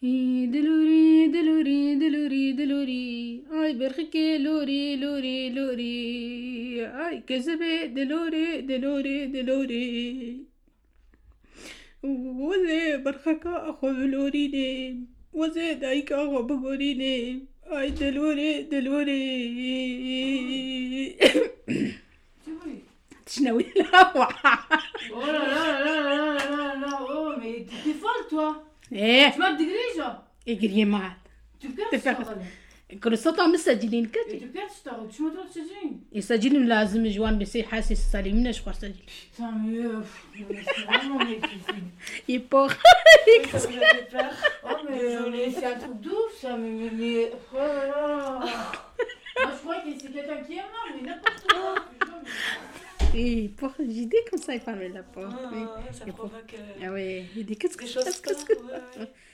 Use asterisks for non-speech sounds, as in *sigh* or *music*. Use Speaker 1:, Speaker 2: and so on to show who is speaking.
Speaker 1: ای د لوري د لوري د لوري د لوري آی برخه کې لوري لوري لوري آی کذبه د لوري د لوري د لوري وزه برخه کا خو لوري دی وزه دای کا خو بګوري دی آی د لوري د *coughs* لوري
Speaker 2: Dis-moi.
Speaker 1: تشنوي *laughs* الهوا
Speaker 2: Oh là là là là là là là là Oh, mais t'es t'es folle, toi
Speaker 1: ايه
Speaker 2: Tu m'as dégrillé, genre
Speaker 1: اجري معك
Speaker 2: Tu perds,
Speaker 1: T'es
Speaker 2: tu t'en
Speaker 1: folle.
Speaker 2: relèves.
Speaker 1: كل السلطة مسجلين
Speaker 2: Et
Speaker 1: كتي
Speaker 2: tu perds, tu t'en relèves. Tu m'entends, tu dis
Speaker 1: يسجلون لازم جوان بس حاسس يسالي منه شو سجل
Speaker 2: Putain, mais euh, pff, mais c'est vraiment, mais tu fais-
Speaker 1: يبوخ
Speaker 2: Ça me fait peur. Oh, mais euh, mais c'est un truc de ouf, ça, mais. mais, mais- Oh là *laughs* là Moi, je croyais que c'est quelqu'un qui est mort, mais n'importe quoi
Speaker 1: يبوخ جدي كم سايفان من لابوخ
Speaker 3: Ah, ça provoque euh,
Speaker 1: Ah ouais, il dit qu'est-ce que
Speaker 3: des
Speaker 1: je
Speaker 3: choses
Speaker 1: fais
Speaker 3: comme
Speaker 1: qu'est-ce
Speaker 3: ça. ouais,
Speaker 1: que
Speaker 3: ouais.